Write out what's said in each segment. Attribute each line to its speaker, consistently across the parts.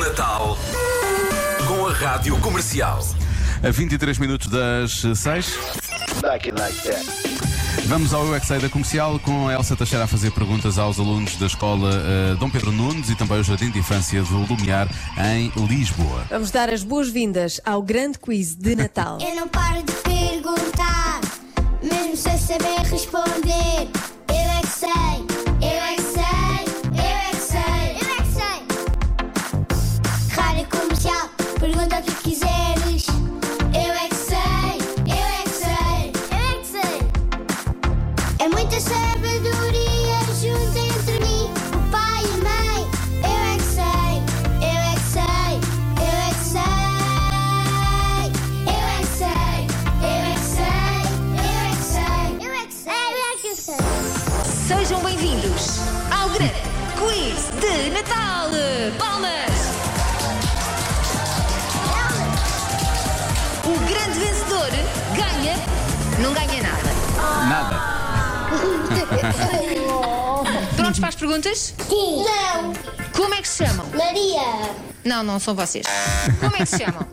Speaker 1: Natal com a Rádio Comercial.
Speaker 2: A 23 minutos das 6.
Speaker 3: Like it like that.
Speaker 2: Vamos ao UXA da comercial com a Elsa Teixeira a fazer perguntas aos alunos da escola eh, Dom Pedro Nunes e também o Jardim de Infância do Lumiar em Lisboa.
Speaker 4: Vamos dar as boas-vindas ao grande quiz de Natal.
Speaker 5: Eu não paro de perguntar, mesmo sem saber responder. Eu é que sei, eu é que sei, eu é que sei, eu é que sei. Rádio comercial, pergunta o que quiseres. Eu é que sei, eu é que sei, eu é que sei. É muita sabedoria junto entre mim, o pai e a mãe. Eu é que sei, eu é que sei, eu é que sei. Eu é que sei, eu é que sei, eu é que sei, eu é que sei.
Speaker 6: Sejam bem-vindos ao grande quiz de Natal! Palmas! O grande vencedor ganha. Não ganha nada.
Speaker 2: Nada.
Speaker 6: Prontos para as perguntas?
Speaker 5: é Sim. Não,
Speaker 6: Como é que se chamam?
Speaker 5: Maria.
Speaker 6: Não, não são vocês. Como é que se chamam?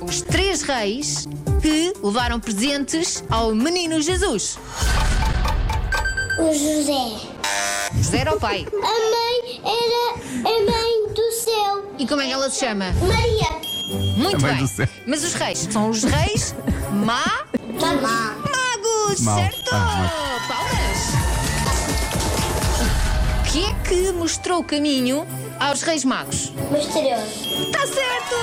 Speaker 6: Os três reis que levaram presentes ao menino Jesus.
Speaker 5: O José.
Speaker 6: José era o pai.
Speaker 5: A mãe era a mãe do céu.
Speaker 6: E como é que ela se chama?
Speaker 5: Maria.
Speaker 6: Muito
Speaker 2: Também
Speaker 6: bem.
Speaker 2: do céu.
Speaker 6: Mas os reis são os reis má
Speaker 5: Mamá.
Speaker 6: magos,
Speaker 2: Mal.
Speaker 6: certo?
Speaker 2: Ah,
Speaker 6: Palmas. O que é que mostrou o caminho aos reis magos?
Speaker 5: Misterioso.
Speaker 6: Está certo!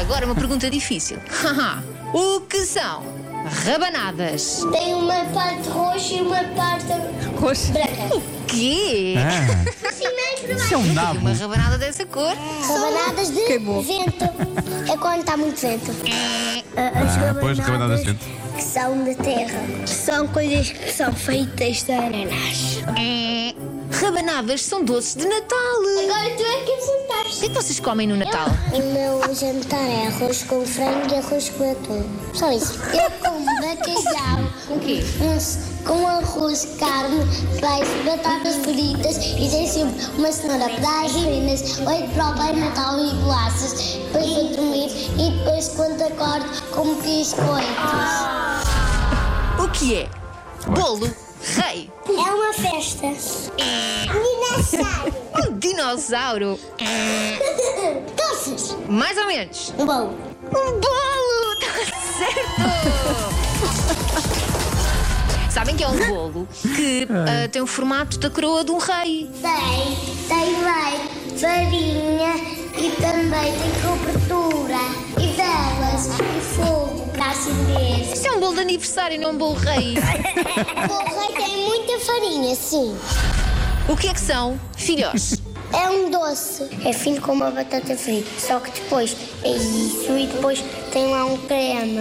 Speaker 6: Agora uma pergunta difícil. Haha. o que são rabanadas?
Speaker 5: Tem uma parte roxa e uma parte
Speaker 4: Roxo.
Speaker 5: branca.
Speaker 6: Quê?
Speaker 2: Ah,
Speaker 5: Sim,
Speaker 2: isso é um
Speaker 6: E
Speaker 2: nabo.
Speaker 6: Uma rabanada dessa cor?
Speaker 5: Rabanadas de
Speaker 4: Queimou.
Speaker 5: vento. É quando está muito vento. As
Speaker 2: Ah, pois, rabanadas de vento.
Speaker 5: que são da terra. São coisas que são feitas de ananás.
Speaker 6: É. Rabanadas são doces de Natal.
Speaker 5: Agora tu é que
Speaker 6: O
Speaker 5: apresentaste.
Speaker 6: que é que vocês comem no Natal?
Speaker 5: O meu jantar é arroz com frango e arroz com atum. Só isso. Eu como bacalhau.
Speaker 6: O quê?
Speaker 5: Um- com arroz, carne, peixe, batatas fritas e tem sempre uma cenoura para as meninas, oito para o Pai Natal e bolachas, depois vou dormir e depois quando acordo como biscoitos.
Speaker 6: O que é? Bolo rei.
Speaker 5: É uma festa.
Speaker 6: É.
Speaker 5: é Aniversário.
Speaker 6: Um dinossauro.
Speaker 5: Doces.
Speaker 6: Mais ou menos.
Speaker 5: Um bolo.
Speaker 6: Um bolo! Está certo! Sabem que é um bolo que ah, tem o formato da coroa de um rei.
Speaker 5: Tem, tem leite, farinha e também tem cobertura e velas e fogo para acender.
Speaker 6: Isso é um bolo de aniversário, não um bolo rei.
Speaker 5: O rei tem muita farinha, sim.
Speaker 6: O que é que são? Filhós.
Speaker 5: É um doce. É fino como uma batata frita, só que depois é isso e depois tem lá um creme.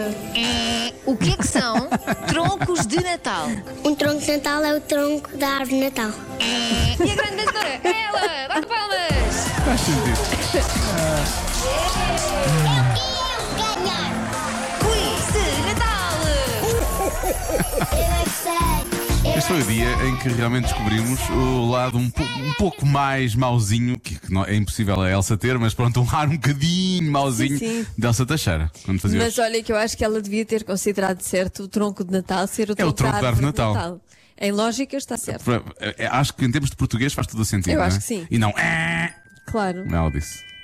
Speaker 6: O que é que são? Troncos de Natal.
Speaker 5: Um tronco de Natal é o tronco da árvore de Natal.
Speaker 6: E a grande vencedora é ela! Bate palmas!
Speaker 2: Faz sentido.
Speaker 5: Eu ganhar!
Speaker 6: Quiz de Natal!
Speaker 5: Eu é que sei!
Speaker 2: Este foi o dia em que realmente descobrimos o lado um, po- um pouco mais mauzinho, que, que não- é impossível a Elsa ter, mas pronto, um ar um bocadinho mauzinho
Speaker 4: Sim, sim.
Speaker 2: da Elsa Teixeira. Quando fazia
Speaker 4: Mas olha que eu acho que ela devia ter considerado certo o tronco de Natal ser o tronco,
Speaker 2: É tronco da árvore de
Speaker 4: de
Speaker 2: Natal.
Speaker 4: Em lógica está certo,
Speaker 2: eh, Acho que em termos de português faz todo o sentido.
Speaker 4: Eu
Speaker 2: não é?
Speaker 4: acho que sim.
Speaker 2: E não. "Ah",
Speaker 4: claro.
Speaker 2: Não, ela disse.